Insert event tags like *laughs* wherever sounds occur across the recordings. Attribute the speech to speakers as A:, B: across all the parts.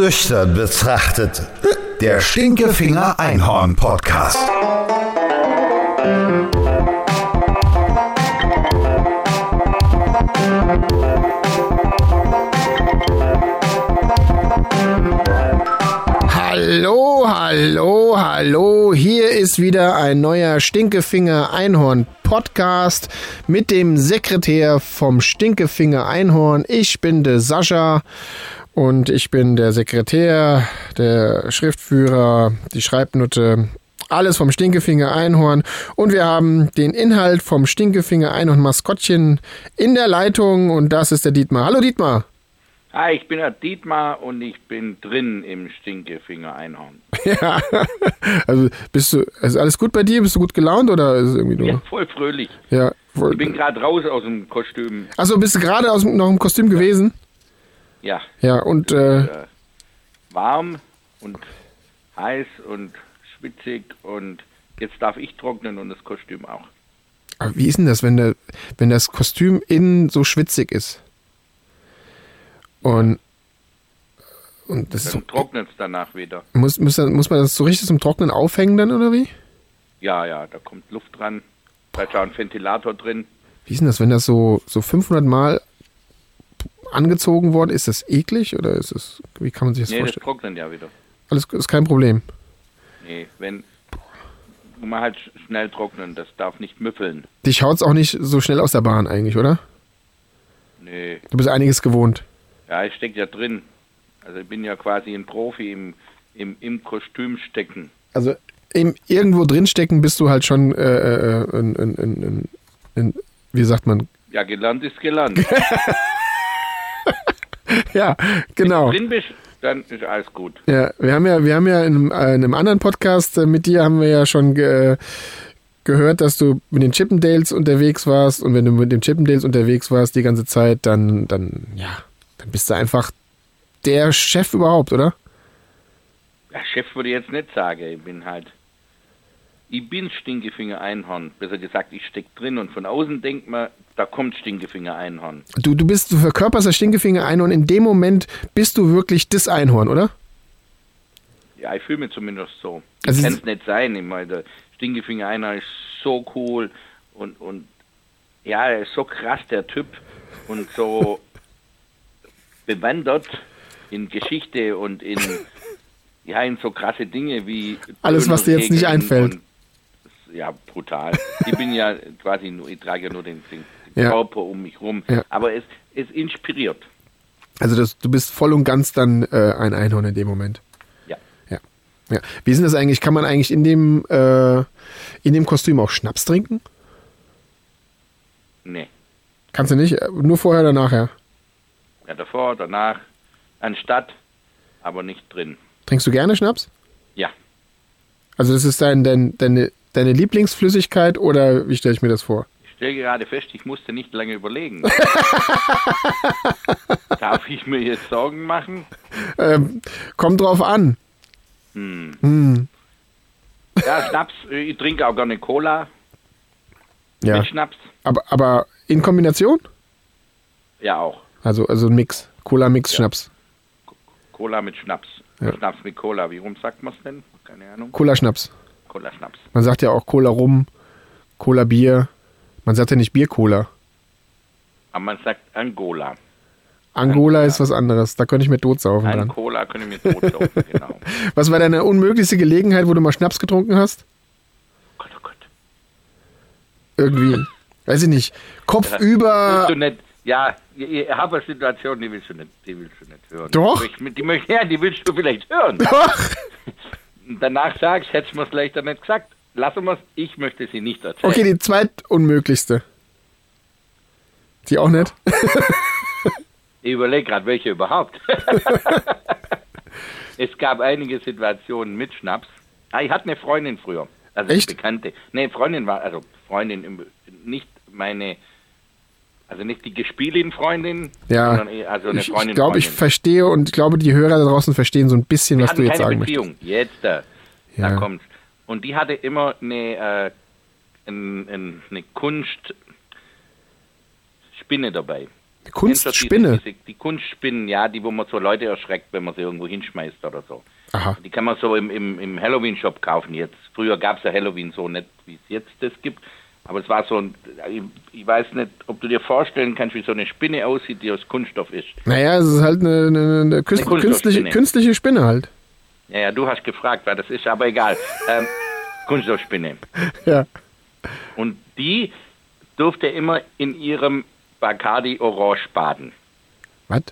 A: Nüchtern betrachtet, der Stinkefinger Einhorn Podcast.
B: Hallo, hallo, hallo. Hier ist wieder ein neuer Stinkefinger Einhorn Podcast mit dem Sekretär vom Stinkefinger Einhorn. Ich bin der Sascha und ich bin der Sekretär, der Schriftführer, die Schreibnutte. Alles vom Stinkefinger Einhorn. Und wir haben den Inhalt vom Stinkefinger Einhorn Maskottchen in der Leitung. Und das ist der Dietmar. Hallo Dietmar.
C: Hi, Ah, ich bin der Dietmar und ich bin drin im Stinkefinger-Einhorn.
B: *laughs* Ja, also bist du, ist alles gut bei dir? Bist du gut gelaunt oder ist es irgendwie
C: Ja,
B: nur?
C: voll fröhlich.
B: Ja.
C: Ich bin gerade raus aus dem Kostüm.
B: Achso, bist du gerade aus, dem- noch im Kostüm gewesen?
C: Ja,
B: Ja, und äh,
C: warm und heiß und schwitzig und jetzt darf ich trocknen und das Kostüm auch.
B: aber wie ist denn das, wenn, der, wenn das Kostüm innen so schwitzig ist? Und, und das ist so,
C: Dann trocknet es danach wieder.
B: muss, muss, dann- muss man das so richtig zum Trocknen aufhängen dann oder wie?
C: Ja, ja, da kommt Luft dran. Da ist auch ein Ventilator drin.
B: Wie ist denn das, wenn das so, so 500 Mal angezogen worden ist? das eklig oder ist es, wie kann man sich das
C: Nee, das
B: vorstellen?
C: trocknet ja wieder.
B: Alles ist kein Problem.
C: Nee, wenn. Man halt sch- schnell trocknen, das darf nicht müffeln.
B: Dich haut's auch nicht so schnell aus der Bahn eigentlich, oder?
C: Nee.
B: Du bist einiges gewohnt.
C: Ja, ich stecke ja drin. Also ich bin ja quasi ein Profi im, im, im Kostüm stecken.
B: Also im, irgendwo drinstecken bist du halt schon, äh, äh, äh, ein, ein, ein, ein, ein, wie sagt man? *laughs*
C: Ja, gelernt ist gelernt.
B: Ja, genau.
C: drin bist, dann ist alles gut.
B: Ja, wir haben ja, wir haben ja in einem, äh, in einem anderen Podcast äh, mit dir haben wir ja schon ge, äh, gehört, dass du mit den Chippendales unterwegs warst und wenn du mit den Chippendales unterwegs warst die ganze Zeit, dann, dann, ja, dann bist du einfach der Chef überhaupt, oder?
C: Ja, Chef würde ich jetzt nicht sagen, ich bin halt. Ich bin Stinkefinger Einhorn. Besser gesagt, ich steck drin und von außen denkt man, da kommt Stinkefinger Einhorn.
B: Du, du bist, du verkörperst das Stinkefinger Einhorn. In dem Moment bist du wirklich das Einhorn, oder?
C: Ja, ich fühle mich zumindest so.
B: Also
C: Also
B: es
C: Kann
B: ist-
C: es nicht sein. Ich meine, der Stinkefinger Einhorn ist so cool und, und ja, er ist so krass, der Typ. Und so
B: *laughs*
C: bewandert in Geschichte und in, ja, in so krasse Dinge wie.
B: Alles, was dir jetzt nicht
C: Dönerregeln
B: einfällt.
C: und- ja, brutal. Ich bin ja quasi nur, ich trage ja nur den, den
B: Ja.
C: Körper um mich rum.
B: Ja.
C: Aber es, es inspiriert.
B: Also das, du bist voll und ganz dann äh, ein Einhorn in dem Moment.
C: Ja.
B: Ja. ja. Wie ist denn das eigentlich? Kann man eigentlich in dem, äh, in dem Kostüm auch Schnaps trinken?
C: Nee.
B: Kannst du nicht? Äh, Nur vorher oder nachher?
C: Ja, davor, danach, anstatt, aber nicht drin.
B: Trinkst du gerne Schnaps?
C: Ja,
B: Also das ist dein, dein, deine, deine Lieblingsflüssigkeit oder wie stelle ich mir das vor?
C: ich stelle gerade fest, ich musste nicht lange *laughs* überlegen. Darf ich mir jetzt Sorgen machen?
B: Ähm, kommt drauf an.
C: Ja, Schnaps, äh, ich trinke auch gerne Cola
B: Ja.
C: mit Schnaps.
B: Aber, aber in Kombination?
C: Ja, auch.
B: Also, also ein Mix. Cola-Mix, Schnaps.
C: Cola mit Schnaps.
B: Ja.
C: Schnaps mit Cola, wie rum sagt man es denn? Keine Ahnung.
B: Cola-Schnaps.
C: Cola-Schnaps.
B: Man sagt ja auch Cola rum, Cola Bier. Man sagt ja nicht Bier-Cola.
C: Aber man sagt Angola.
B: Angola ist was anderes. Da könnte ich mir tot saufen
C: Ein
B: dran.
C: Cola könnte mir tot laufen, genau.
B: *laughs* Was war deine unmöglichste Gelegenheit, wo du mal Schnaps getrunken hast?
C: *laughs* Oh Gott, oh Gott. *laughs*
B: Irgendwie, weiß ich nicht, Kopf
C: Willst
B: über.
C: du nicht, ja, ich, ich habe eine Situation, die willst du nicht, die willst du nicht hören.
B: Doch.
C: Ich, die, möcht- ja, die willst du vielleicht hören.
B: Ach,
C: Und *laughs* danach sagst, hättest du mir es leichter nicht gesagt. Lassen wir es, ich möchte sie nicht erzählen.
B: okay, die zweitunmöglichste. Die auch nicht?
C: Ich überlege gerade, welche
B: *laughs*
C: überhaupt. es gab einige Situationen mit Schnaps. Ah, ich hatte eine Freundin früher. Also
B: Echt?
C: eine Bekannte. Nee, Freundin war, also Freundin, im- nicht meine, also nicht die Gespielin-Freundin,
B: Ja.
C: sondern eh- also eine
B: ich
C: Freundin.
B: ich glaube, ich
C: Freundin.
B: verstehe und ich glaube, die Hörer da draußen verstehen so ein bisschen, was
C: hatten
B: du jetzt
C: keine
B: sagen möchtest.
C: Beziehung. Jetzt, da,
B: Ja.
C: da kommt's. Und die hatte immer eine, äh, ein, ein, eine Kunstspinne dabei.
B: Eine
C: Kennst du das, diese-
B: Kunstspinne.
C: diese- Die Kunstspinnen, ja, die, wo man so Leute erschreckt, wenn man sie irgendwo hinschmeißt oder so.
B: Aha.
C: Die kann man so im, im, im Halloween-Shop kaufen jetzt. Früher gab es ja Halloween so nicht, wie es jetzt das gibt. Aber es war so ein, ich- ich weiß nicht, ob du dir vorstellen kannst, wie so eine Spinne aussieht, die aus Kunststoff ist.
B: Naja, es ist halt eine, eine, eine, künst-
C: Kunststoffspinne.
B: künstliche, künstliche Spinne halt. *laughs*
C: Ja, ja, du hast gefragt, weil das ist aber egal. ähm, Kunststoffspinne.
B: Ja.
C: Und die durfte immer in ihrem Bacardi Orange baden.
B: Was?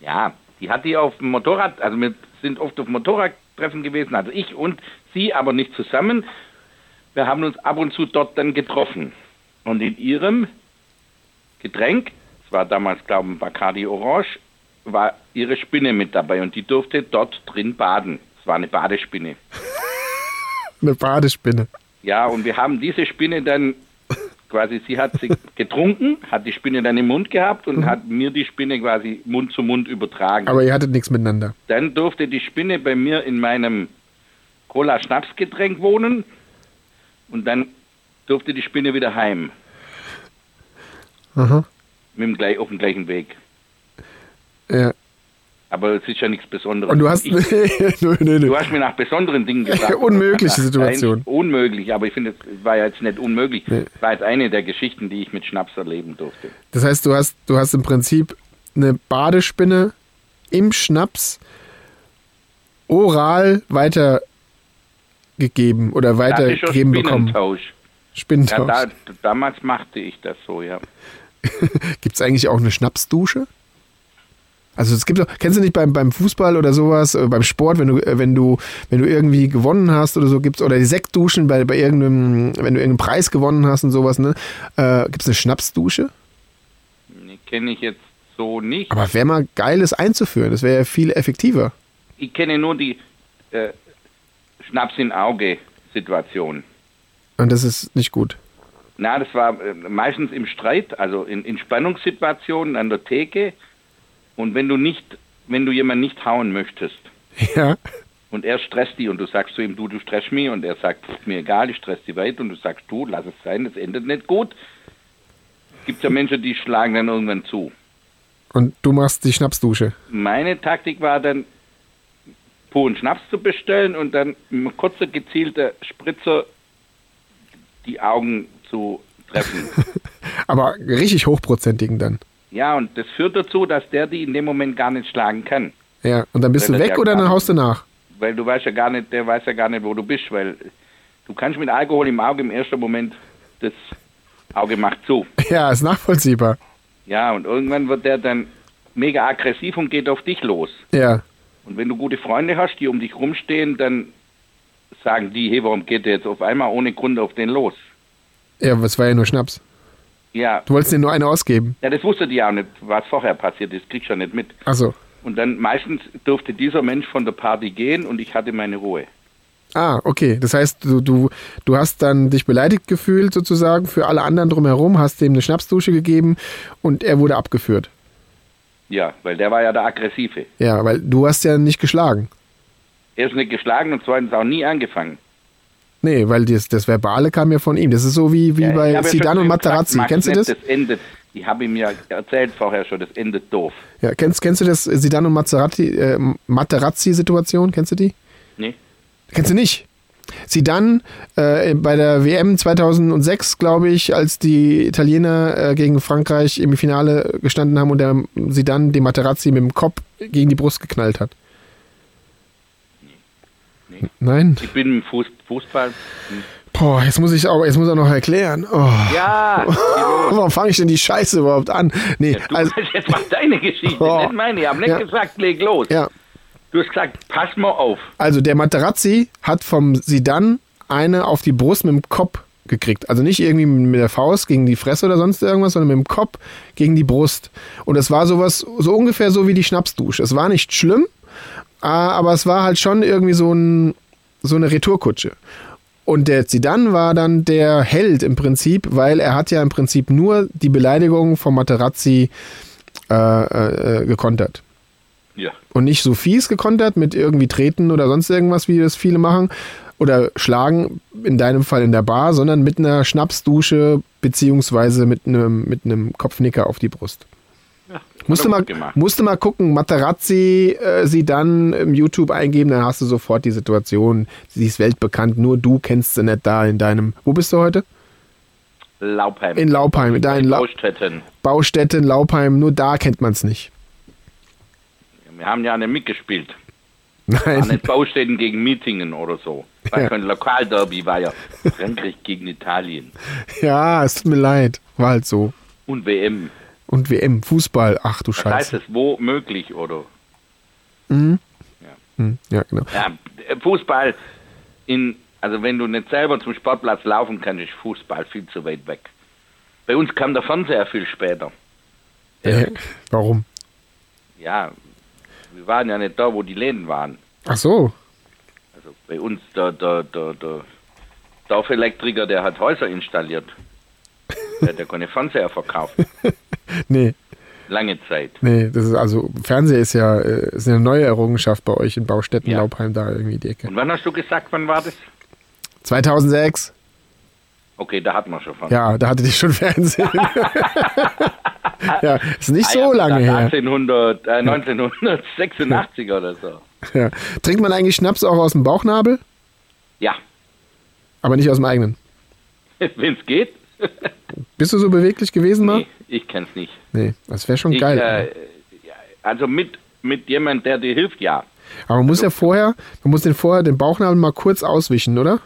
C: Ja, die hat die auf dem Motorrad, also wir sind oft auf Motorradtreffen gewesen, also ich und sie, aber nicht zusammen. Wir haben uns ab und zu dort dann getroffen. Und in ihrem Getränk, es war damals, glaube ich, ein Bacardi Orange, war ihre Spinne mit dabei und die durfte dort drin baden. Es war eine Badespinne.
B: Eine Badespinne.
C: Ja, und wir haben diese Spinne dann, quasi, sie hat
B: *laughs*
C: sie getrunken, hat die Spinne dann im Mund gehabt
B: Mhm.
C: und hat mir die Spinne quasi Mund zu Mund übertragen.
B: Aber ihr hattet nichts miteinander.
C: Dann durfte die Spinne bei mir in meinem Cola-Schnapsgetränk wohnen und dann durfte die Spinne wieder heim
B: Aha.
C: mit dem, gleich- auf dem gleichen Weg.
B: Ja.
C: Aber es ist ja nichts Besonderes.
B: Und du
C: *laughs*
B: hast. *laughs*
C: ich,
B: nö, nö, nö.
C: du hast mir nach
B: *laughs*
C: besonderen Dingen gefragt.
B: Unmögliche
C: Nein,
B: Situation.
C: unmöglich, aber ich finde, es war ja jetzt nicht unmöglich.
B: Nee.
C: Es war jetzt eine der Geschichten, die ich mit Schnaps erleben durfte.
B: Das heißt, du hast, du hast im Prinzip eine Badespinne im Schnaps oral weitergegeben oder
C: Klassischer
B: weitergegeben bekommen.
C: Spinnentausch. Ja,
B: Spinnentausch.
C: da, damals machte ich das so, ja.
B: Gibt es eigentlich auch eine Schnapsdusche? Also es gibt doch, kennst du nicht beim, beim Fußball oder sowas, äh, beim Sport, wenn du, äh, wenn du, wenn du irgendwie gewonnen hast oder so, gibt's, oder die Sektduschen bei, bei irgendeinem, wenn du irgendeinen Preis gewonnen hast und sowas, ne? Äh, gibt's eine Schnapsdusche?
C: Nee, Kenne ich jetzt so nicht.
B: Aber wäre mal geil, das einzuführen. Das wäre ja viel effektiver.
C: ich kenne nur die äh, Schnaps in Auge Situation.
B: Und das ist nicht gut. *laughs*
C: Na, das war äh, meistens im Streit, also in, in Spannungssituationen an der Theke. Und wenn du nicht, wenn du jemanden nicht hauen möchtest
B: Ja.
C: und er stresst die und du sagst zu ihm, du, du stresst mich und er sagt, pff, mir egal, ich stress die weit und du sagst, du, lass es sein, das endet nicht gut. Gibt ja Menschen, die schlagen dann irgendwann zu.
B: Und du machst die Schnapsdusche.
C: meine Taktik war dann, puren Schnaps zu bestellen und dann mit kurzer gezielter Spritzer die Augen zu treffen.
B: Aber richtig hochprozentigen dann.
C: ja, und das führt dazu, dass der die in dem Moment gar nicht schlagen kann.
B: Ja. Und dann bist
C: Wenn
B: du
C: das
B: weg
C: ja
B: oder
C: gar
B: dann
C: nicht-
B: haust du nach. *laughs*
C: Weil du weißt ja gar nicht, der weiß ja gar nicht, wo du bist, weil du kannst mit Alkohol im Auge im ersten Moment das Auge macht zu.
B: Ja, ist nachvollziehbar.
C: Ja, und irgendwann wird der dann mega aggressiv und geht auf dich los.
B: Ja.
C: Und wenn du gute Freunde hast, die um dich rumstehen, dann sagen die, hey, warum geht der jetzt auf einmal ohne Grund auf den los?
B: Ja, aber es war ja nur Schnaps.
C: Ja,
B: Du wolltest dir nur eine ausgeben.
C: ja das wusste die ja auch nicht, was vorher passiert ist, kriegst du ja nicht mit.
B: Achso.
C: Und dann meistens durfte dieser Mensch von der Party gehen und ich hatte meine Ruhe.
B: Ah, okay. Das heißt, du, du, du hast dann dich beleidigt gefühlt sozusagen für alle anderen drumherum, hast dem eine Schnapsdusche gegeben und er wurde abgeführt.
C: Ja, weil der war ja der Aggressive.
B: Ja, weil du hast ja nicht geschlagen.
C: Er ist nicht geschlagen und zweitens auch nie angefangen.
B: Nee, weil das, das Verbale kam ja von ihm. Das ist so wie, wie
C: Ja, ich
B: bei
C: habe ja schon
B: Zidane
C: zu
B: und
C: ihm
B: Materazzi.
C: gesagt, mach's
B: Kennst du
C: nicht,
B: das?
C: Das endet. Ich habe ihm ja erzählt vorher schon, das endet doof.
B: Ja, kennst, kennst du das äh, Zidane und Materazzi, äh, Materazzi-Situation? Kennst du die?
C: Nee?
B: Kennst du nicht? Zidane äh, bei der WM 2006, glaube ich, als die Italiener äh, gegen Frankreich im Finale gestanden haben und der Zidane den Materazzi mit dem Kopf gegen die Brust geknallt hat.
C: Nee.
B: Nein?
C: Ich bin im Fuß, Fußball.
B: Boah, jetzt muss ich auch, jetzt muss er noch erklären. Oh. *laughs*
C: Ja,
B: Warum fange ich denn die Scheiße überhaupt an? Nee,
C: du
B: also,
C: jetzt mal deine Geschichte,
B: Oh.
C: nicht meine. Ich habe nicht
B: Ja.
C: gesagt, leg los.
B: ja.
C: Du hast gesagt, pass mal auf.
B: Also der Materazzi hat vom Sidan eine auf die Brust mit dem Kopf gekriegt. Also nicht irgendwie mit der Faust gegen die Fresse oder sonst irgendwas, sondern mit dem Kopf gegen die Brust. Und es war sowas, so ungefähr so wie die Schnapsdusche. Es war nicht schlimm, äh, aber es war halt schon irgendwie so, ein, so eine Retourkutsche. Und der Zidane war dann der Held im Prinzip, weil er hat ja im Prinzip nur die Beleidigung von Materazzi äh, äh, äh, gekontert
C: Ja.
B: und nicht so fies gekontert mit irgendwie treten oder sonst irgendwas, wie das viele machen oder schlagen, in deinem Fall in der Bar, sondern mit einer Schnapsdusche beziehungsweise mit einem, mit einem Kopfnicker auf die Brust. Musste mal,
C: gut gemacht.
B: musste mal gucken, Materazzi, äh, sie dann im YouTube eingeben, dann hast du sofort die Situation. Sie ist weltbekannt, nur du kennst sie nicht da in deinem. Wo bist du heute?
C: Laubheim.
B: In Laupheim, in deinen La
C: Laustetten.
B: Baustätte in Laupheim, nur da kennt man es nicht. *laughs*
C: Wir haben ja nicht mitgespielt. An
B: Nein.
C: den Baustätten gegen Meetingen oder so. War
B: Ja.
C: kein Lokalderby,
B: *laughs*
C: war ja Frankreich gegen Italien.
B: Ja, es tut mir leid. War halt so.
C: Und WM.
B: Und WM, Fußball, ach du
C: Das heißt
B: Scheiße.
C: es wo möglich, oder?
B: Hm, Ja, genau.
C: Ja, Fußball in, also wenn du nicht selber zum Sportplatz laufen kannst, ist Fußball viel zu weit weg. Bei uns kam der Fernseher viel später.
B: Äh, warum?
C: Ja, wir waren ja nicht da, wo die Läden waren.
B: Ach so.
C: Also bei uns der, der, der, der Dorfelektriker, der hat Häuser installiert. Der hat ja keine
B: *laughs*
C: Fernseher verkauft.
B: Nee,
C: Lange Zeit.
B: nee, das ist also, Fernseher ist ja äh, ist eine neue Errungenschaft bei euch in Baustetten,
C: Ja.
B: Laupheim, da irgendwie die Ecke.
C: Und wann hast du gesagt, wann war das?
B: 2006,
C: Okay, da hatten wir schon Fernseher.
B: ja, da hattet ihr schon Fernsehen.
C: *laughs*
B: ja, ist nicht
C: Ah
B: so
C: ja,
B: lange her.
C: 1800, äh, 1986 oder so.
B: Ja. Trinkt man eigentlich Schnaps auch aus dem Bauchnabel,
C: Ja, *laughs*
B: aber nicht aus dem eigenen?
C: wenn es geht.
B: Bist du so beweglich gewesen mal?
C: Nee, ich kenn's nicht.
B: Nee, das wäre schon
C: Ich,
B: geil.
C: äh, ja, also mit, mit jemand, der dir hilft, ja.
B: aber man muss ja vorher, man muss den vorher den Bauchnabel mal kurz auswischen, oder?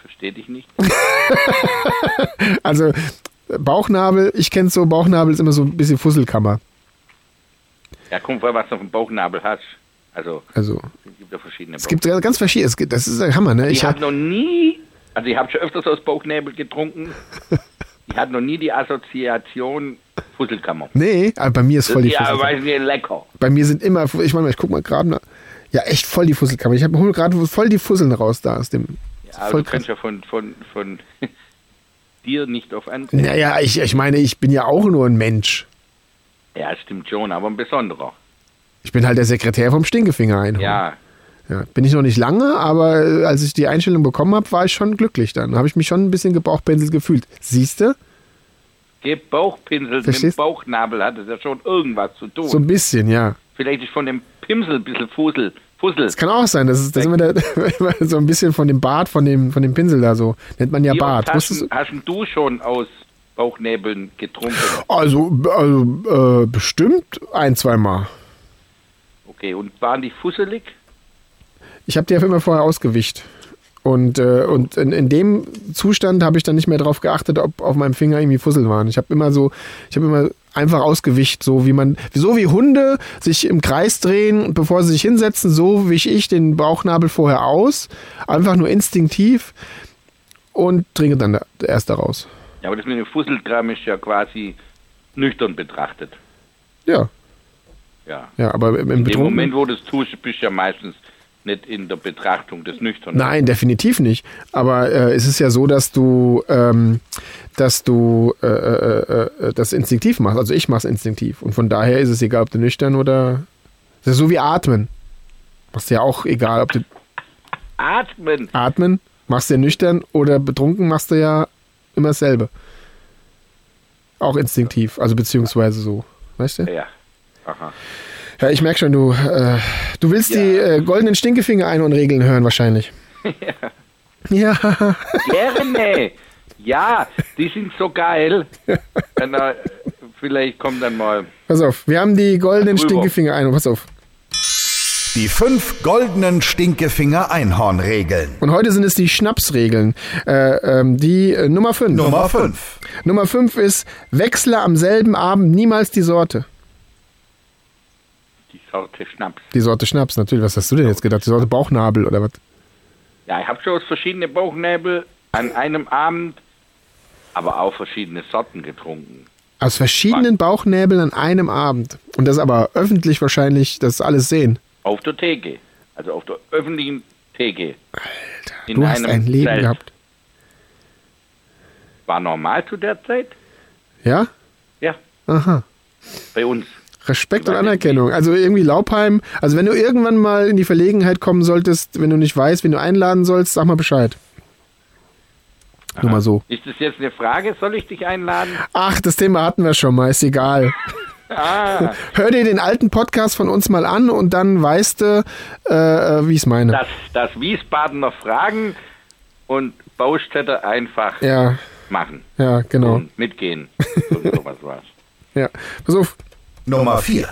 C: Verstehe dich nicht.
B: Also Bauchnabel, ich kenne so, Bauchnabel ist immer so ein bisschen Fusselkammer.
C: Ja, komm vor, was du auf dem Bauchnabel hast. Also,
B: Also
C: es gibt ja verschiedene
B: es gibt ganz verschiedene, es gibt, das ist ein Hammer, ne?
C: Ich
B: Ich
C: habe
B: hab,
C: noch nie, also ich habe schon öfters aus
B: *laughs*
C: Bauchnabel getrunken. ich hatte noch nie die Assoziation Fusselkammer.
B: nee, aber bei mir ist voll die
C: ja,
B: Fusselkammer.
C: weiß nicht, lecker.
B: Bei mir sind immer, ich meine, ich guck mal gerade, ja echt voll die Fusselkammer. Ich habe gerade voll die Fusseln raus da aus dem.
C: Ja, aber
B: voll
C: du kannst ja von, von, von *laughs* dir nicht auf andere.
B: Naja, ich, ich meine, ich bin ja auch nur ein Mensch.
C: Ja, stimmt schon, aber ein besonderer.
B: Ich bin halt der Sekretär vom Stinkefinger ein.
C: Ja,
B: Ja, bin ich noch nicht lange, aber äh, als ich die Einstellung bekommen habe, war ich schon glücklich dann. Habe ich mich schon ein bisschen gebauchpinselt gefühlt. Siehst du?
C: gib Bauchpinsel mit dem
B: Verstehst?
C: Bauchnabel, hat es ja schon irgendwas zu tun.
B: So ein bisschen, ja.
C: Vielleicht ist von dem Pinsel ein bisschen Fussel. Fussel.
B: Das kann auch sein, das ist das ist immer der, *laughs* so ein bisschen von dem Bart, von dem, von dem Pinsel da so. Nennt man ja
C: Wie oft
B: Bart.
C: hast,
B: Wusstest du?
C: du- hast denn du schon aus Bauchnäbeln getrunken?
B: Also, b- also äh, bestimmt ein, zweimal.
C: Okay, und waren die fusselig?
B: Ich habe die ja immer vorher ausgewicht. Und, äh, und in, in dem Zustand habe ich dann nicht mehr drauf geachtet, ob auf meinem Finger irgendwie Fussel waren. Ich habe immer so, ich habe immer einfach ausgewicht, so wie man, so wie Hunde sich im Kreis drehen, bevor sie sich hinsetzen, so wich ich den Bauchnabel vorher aus, einfach nur instinktiv und trinke dann da- erst daraus.
C: Ja, aber das mit dem Fusselkram ist ja quasi nüchtern betrachtet.
B: Ja,
C: Ja.
B: ja, aber im, im
C: In dem
B: Betrunken.
C: Moment, wo du es tust, bist du ja meistens nicht in der Betrachtung des Nüchternen.
B: Nein, definitiv nicht. Aber äh, es ist ja so, dass du, ähm, dass du äh, äh, äh, das instinktiv machst. Also ich mache es instinktiv. Und von daher ist es egal, ob du nüchtern oder. Das ist so wie atmen. Machst ja auch egal, ob du
C: Atmen!
B: atmen machst du ja nüchtern oder betrunken machst du ja immer dasselbe. Auch instinktiv, also beziehungsweise so. Weißt du?
C: Ja. Aha.
B: Ja, ich merke schon, du, äh, du willst
C: Ja.
B: die äh, goldenen Stinkefinger ein- und Regeln hören
C: *laughs*
B: wahrscheinlich. Ja. ja. *laughs*
C: Gerne! Ja, die sind so geil. Wenn er, vielleicht kommt dann mal.
B: Pass auf, wir haben die goldenen
C: Rüber.
B: Stinkefinger ein. Pass auf.
A: Die fünf goldenen Stinkefinger Einhornregeln.
B: Und heute sind es die Schnapsregeln. Äh, ähm, die äh, Nummer 5.
A: Nummer 5.
B: Nummer 5 ist, wechsle am selben Abend niemals die Sorte.
C: Die Sorte Schnaps.
B: Die Sorte Schnaps, natürlich. Was hast du denn jetzt gedacht? Die Sorte Bauchnabel oder was?
C: Ja, ich habe schon aus verschiedenen Bauchnäbel an einem Abend, aber auch verschiedene Sorten getrunken.
B: Aus verschiedenen Bauchnäbeln an einem Abend. Und das aber öffentlich wahrscheinlich, dass alles sehen.
C: Auf der Theke. Also auf der öffentlichen Theke. In
B: Du hast
C: einem
B: ein Leben
C: Zelt.
B: gehabt.
C: War normal zu der Zeit?
B: Ja?
C: Ja,
B: Aha.
C: bei uns.
B: Respekt und
C: Weil-
B: Anerkennung. Also irgendwie Laubheim. Also wenn du irgendwann mal in die Verlegenheit kommen solltest, wenn du nicht weißt, wen du einladen sollst, sag mal Bescheid. Nur mal so.
C: Ist das jetzt eine Frage? Soll ich
B: *laughs*
C: dich einladen?
B: Ach, das Thema hatten wir schon mal, ist egal.
C: Ah,
B: Hör dir den alten Podcast von uns mal an und dann weißt du, äh, äh, wie ich es meine.
C: das, das Wiesbadener Fragen und Baustädter einfach
B: ja,
C: machen
B: ja, genau.
C: und mitgehen. Und sowas war's.
B: Ja. Pass auf,
A: Nummer 4.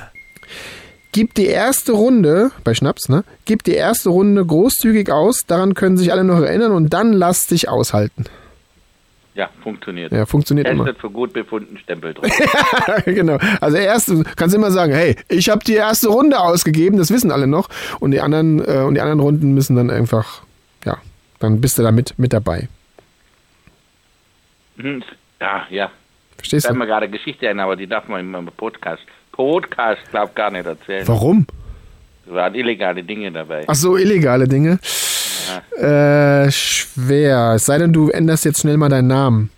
B: Gib die erste Runde, bei Schnaps, ne? Gib die erste Runde großzügig aus, daran können sich alle noch erinnern und dann lass dich aushalten.
C: Ja, funktioniert.
B: Ja, funktioniert
C: es
B: immer.
C: wird für gut befunden, Stempel drauf.
B: *laughs* genau. Also erst kannst immer sagen, hey, ich habe die erste Runde ausgegeben, das wissen alle noch. Und die anderen, äh, und die anderen Runden müssen dann einfach, ja, dann bist du damit mit dabei.
C: Hm, ja, ja.
B: Verstehst
C: Da
B: du?
C: fällt mir gerade eine Geschichte ein, aber die darf man im im Podcast, Podcast, glaub gar nicht erzählen.
B: Warum?
C: Da waren illegale Dinge dabei.
B: Ach so, illegale Dinge. Äh, schwer. Es sei denn, du änderst jetzt schnell mal deinen Namen.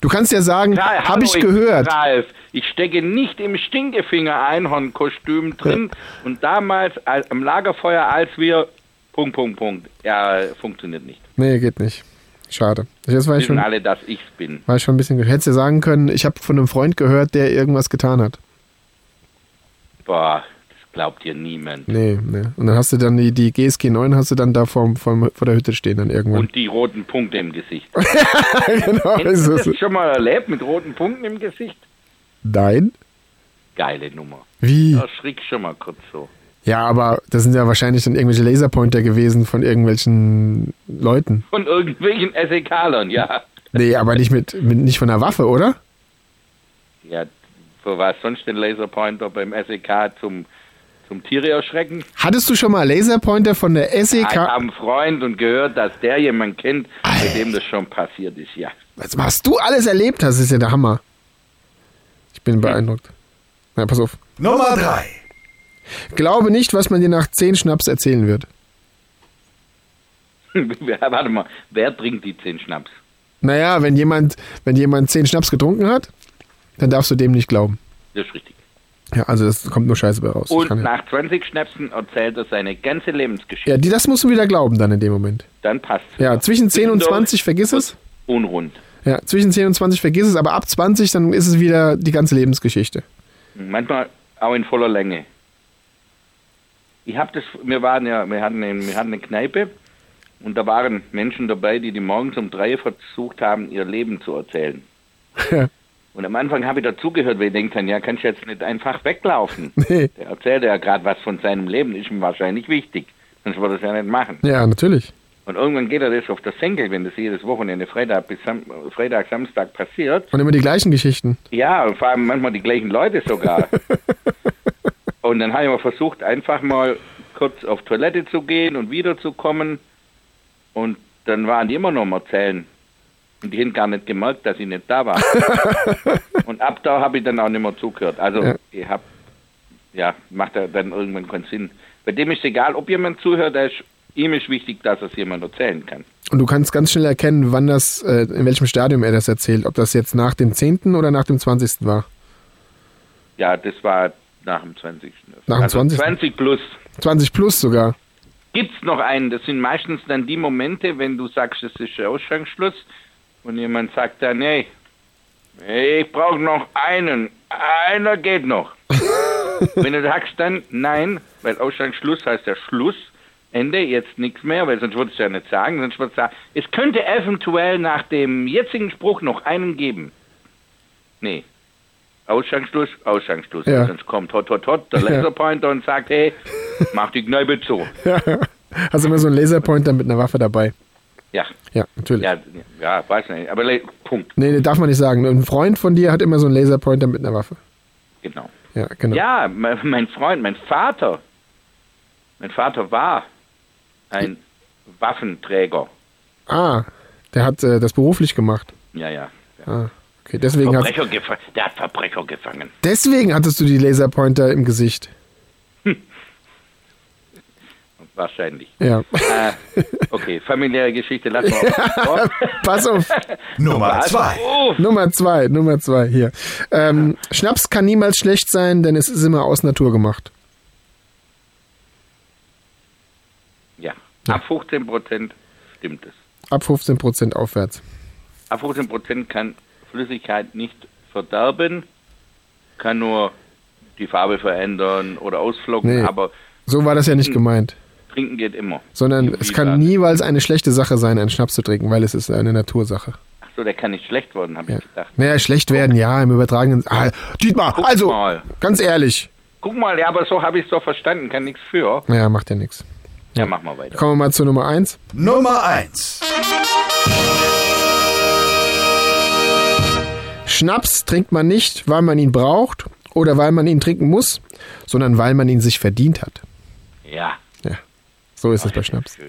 B: Du kannst ja sagen,
C: Ja, hallo,
B: habe ich gehört.
C: Ralf, ich stecke nicht im Stinkefinger-Einhorn-Kostüm drin. Und damals als, am Lagerfeuer, als wir. Punkt, Punkt, Punkt. Ja, funktioniert nicht.
B: Nee, geht nicht. Schade. Jetzt war ich
C: Wissen
B: schon,
C: alle, dass ich's bin.
B: war ich schon ein bisschen. Hättest du ja sagen können, ich habe von einem Freund gehört, der irgendwas getan hat.
C: Boah, das glaubt dir niemand.
B: Nee, nee. Und dann hast du dann die, die GSG 9 hast du dann da vor, vor, vor der Hütte stehen dann irgendwann.
C: Und die roten Punkte im Gesicht.
B: *laughs*
C: *laughs*
B: genau,
C: Hast
B: ist
C: du
B: es.
C: das schon mal erlebt mit roten Punkten im Gesicht?
B: Nein?
C: Geile Nummer.
B: Wie?
C: Da schrick schon mal kurz so.
B: Ja, aber das sind ja wahrscheinlich dann irgendwelche Laserpointer gewesen von irgendwelchen Leuten.
C: Von irgendwelchen SEKlern, ja.
B: Nee, aber nicht mit, mit nicht von einer Waffe, oder?
C: Ja, für was sonst den Laserpointer beim SEK zum, zum Tiere erschrecken?
B: Hattest du schon mal Laserpointer von der E
C: Ich
B: SEK?
C: habe einen Freund und gehört, dass der jemand kennt, mit dem das schon passiert ist, ja. *laughs*
B: Was, was du alles erlebt hast, ist ja der Hammer. Ich bin beeindruckt. Na, pass auf.
A: Nummer 3.
B: Glaube nicht, was man dir nach 10 Schnaps erzählen wird.
C: Warte mal, wer trinkt die 10 Schnaps?
B: Naja, wenn jemand, wenn jemand 10 Schnaps getrunken hat, dann darfst du dem nicht glauben.
C: Das ist richtig.
B: Ja, also das kommt nur Scheiße bei raus. Das
C: Und
B: kann ja.
C: nach 20 Schnäpsen erzählt er seine ganze Lebensgeschichte.
B: ja, die, das musst du wieder glauben dann in dem Moment.
C: Dann passt
B: Ja, zwischen 10
C: Genau.
B: und 20 vergiss es.
C: Unrund.
B: Ja, zwischen 10 und 20 vergiss es, aber ab 20 dann ist es wieder die ganze Lebensgeschichte. *laughs*
C: Manchmal auch in voller Länge. Ich habe das, wir waren ja, wir hatten, eine, wir hatten eine Kneipe und da waren Menschen dabei, die die morgens um drei versucht haben, ihr Leben zu erzählen.
B: Ja.
C: Und am Anfang habe ich dazugehört, weil ich denkt dann, ja, kannst du jetzt nicht einfach weglaufen.
B: Nee.
C: Der erzählt ja gerade was von seinem Leben, ist ihm wahrscheinlich wichtig. Sonst würde er es ja nicht machen.
B: Ja, natürlich.
C: Und irgendwann geht er das auf der Senkel, wenn das jedes Wochenende Freitag bis Sam Freitag, Samstag passiert.
B: Und immer die gleichen Geschichten.
C: Ja, und vor allem manchmal die gleichen Leute
B: *laughs*
C: sogar. und dann habe ich mal versucht, einfach mal kurz auf Toilette zu gehen und wiederzukommen. Und dann waren die immer noch am Erzählen. Und die haben gar nicht gemerkt, dass ich nicht da
B: *laughs*
C: war. und ab da habe ich dann auch nicht mehr zugehört. Also,
B: Ja.
C: ich habe, ja, macht ja dann irgendwann keinen Sinn. Bei dem ist egal, ob jemand zuhört, der ist, ihm ist wichtig, dass es jemand erzählen kann.
B: Und du kannst ganz schnell erkennen, wann das, äh, in welchem Stadium er das erzählt. Ob das jetzt nach dem 10. oder nach dem 20. war.
C: Ja, das war nach dem 20.
B: Nach dem 20.
C: 20 plus.
B: 20 plus sogar. *laughs*
C: gibt's noch einen. Das sind meistens dann die Momente, wenn du sagst, es ist der Ausgangsschluss und jemand sagt dann, nee, ich brauche noch einen. Einer geht noch. wenn du sagst dann, nein, weil Ausgangsschluss heißt ja Schluss, Ende, jetzt nichts mehr, weil sonst würdest du ja nicht sagen, sonst würdest du sagen, es könnte eventuell nach dem jetzigen Spruch noch einen geben. Nee. Ausgangsschluss, Ausgangsschluss.
B: Ja.
C: Sonst kommt hot, hot, hot, der Laserpointer und sagt, hey, mach die Kneipe zu.
B: Hast immer so einen Laserpointer mit einer Waffe dabei.
C: Ja,
B: Ja, natürlich.
C: ja, ja, weiß nicht. Aber le- Punkt,
B: Nee, nee, darf man nicht sagen. Ein Freund von dir hat immer so einen Laserpointer mit einer Waffe.
C: genau.
B: Ja, genau.
C: Ja, me- mein Freund, mein Vater, mein Vater war ein Waffenträger.
B: Ah, der hat äh, das beruflich gemacht.
C: Ja, ja.
B: Ah, okay. Deswegen, hat,
C: Verbrecher gefa- der hat Verbrecher gefangen.
B: deswegen hattest du die Laserpointer im Gesicht.
C: Wahrscheinlich.
B: Ja. *laughs*
C: äh, okay, familiäre Geschichte, lassen wir mal.
B: *laughs* Pass auf.
A: Nummer 2.
C: Oh,
B: Nummer zwei, Nummer zwei hier. Ähm, Schnaps kann niemals schlecht sein, denn es ist immer aus Natur gemacht.
C: ja, ab 15 Prozent stimmt es.
B: Ab 15% aufwärts.
C: Ab 15 Prozent kann Flüssigkeit nicht verderben, kann nur die Farbe verändern oder ausflocken,
B: Nee.
C: aber Hm.
B: So war das ja nicht gemeint.
C: trinken geht immer.
B: Sondern
C: Wie
B: es
C: war-
B: kann niemals eine schlechte Sache sein, einen Schnaps zu trinken, weil es ist eine Natursache.
C: Ach so, der kann nicht schlecht werden, habe
B: Ja.
C: ich gedacht.
B: Naja, schlecht werden, ja, im übertragenen. Ah, Dietmar,
C: Guck
B: also,
C: mal.
B: ganz ehrlich.
C: Guck mal, ja, aber so habe ich es doch verstanden, kann nichts für.
B: Naja, macht ja nichts.
C: Ja, mach mal weiter.
B: Kommen wir mal zu Nummer 1.
A: Nummer 1.
B: Schnaps trinkt man nicht, weil man ihn braucht oder weil man ihn trinken muss, sondern weil man ihn sich verdient hat.
C: Ja.
B: Ja, so ist es bei Schnaps.
C: Schön.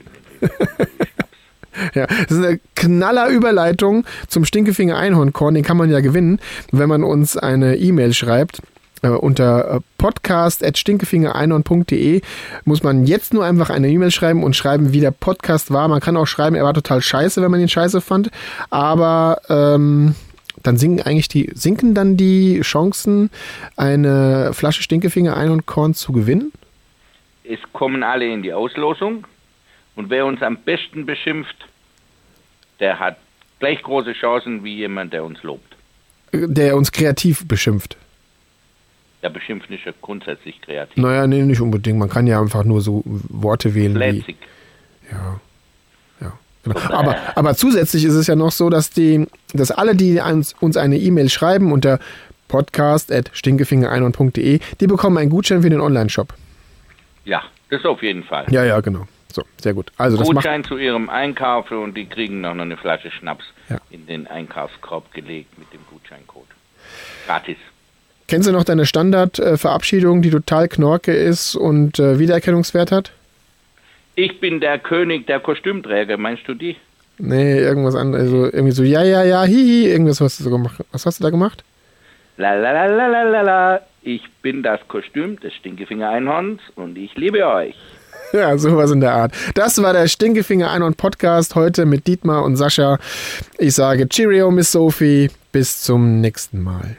B: Ja, das ist eine knaller Überleitung zum Stinkefinger Einhornkorn. Den kann man ja gewinnen, wenn man uns eine E-Mail schreibt. Äh, unter äh, podcast.stinkefingereinhorn.de muss man jetzt nur einfach eine E-Mail schreiben und schreiben, wie der Podcast war. Man kann auch schreiben, er war total scheiße, wenn man ihn scheiße fand. Aber ähm, dann sinken eigentlich die, sinken dann die Chancen, eine Flasche Stinkefinger Einhornkorn zu gewinnen?
C: Es kommen alle in die Auslosung und wer uns am besten beschimpft, der hat gleich große Chancen wie jemand, der uns lobt.
B: Äh, Der uns kreativ beschimpft.
C: Der beschimpft ist ja grundsätzlich kreativ.
B: Naja, nee, nicht unbedingt. Man kann ja einfach nur so Worte wählen wie.
C: Fleißig.
B: Ja, genau. aber, aber zusätzlich ist es ja noch so, dass, die, dass alle, die uns, uns eine E-Mail schreiben unter podcast.stinkefingereinhorn.de, die bekommen einen Gutschein für den Online-Shop.
C: Ja, das auf jeden Fall.
B: Ja, ja, genau. So, sehr gut. Also das macht,
C: Gutschein zu ihrem Einkauf und die kriegen noch eine Flasche Schnaps
B: Ja.
C: in den Einkaufskorb gelegt mit dem Gutscheincode. Gratis.
B: kennst du noch deine Standard-Verabschiedung, die total knorke ist und äh, Wiedererkennungswert hat?
C: Ich bin der König der Kostümträger, meinst du die?
B: Nee, irgendwas anderes. Also irgendwie so, ja, ja, ja, hihi, irgendwas hast du so gemacht. Was hast du da gemacht?
C: La la la la la la la. Ich bin das Kostüm des Stinkefinger-Einhorns und ich liebe euch.
B: *laughs* Ja, sowas in der Art. Das war der Stinkefinger Ein und Podcast heute mit Dietmar und Sascha. Ich sage Cheerio, Miss Sophie. Bis zum nächsten Mal.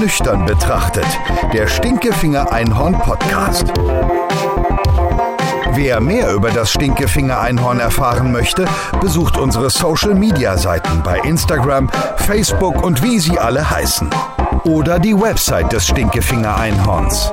A: Nüchtern betrachtet. Der Stinkefinger Einhorn Podcast. Wer mehr über das Stinkefinger Einhorn erfahren möchte, besucht unsere Social Media Seiten bei Instagram, Facebook und wie sie alle heißen. Oder die Website des Stinkefinger Einhorns.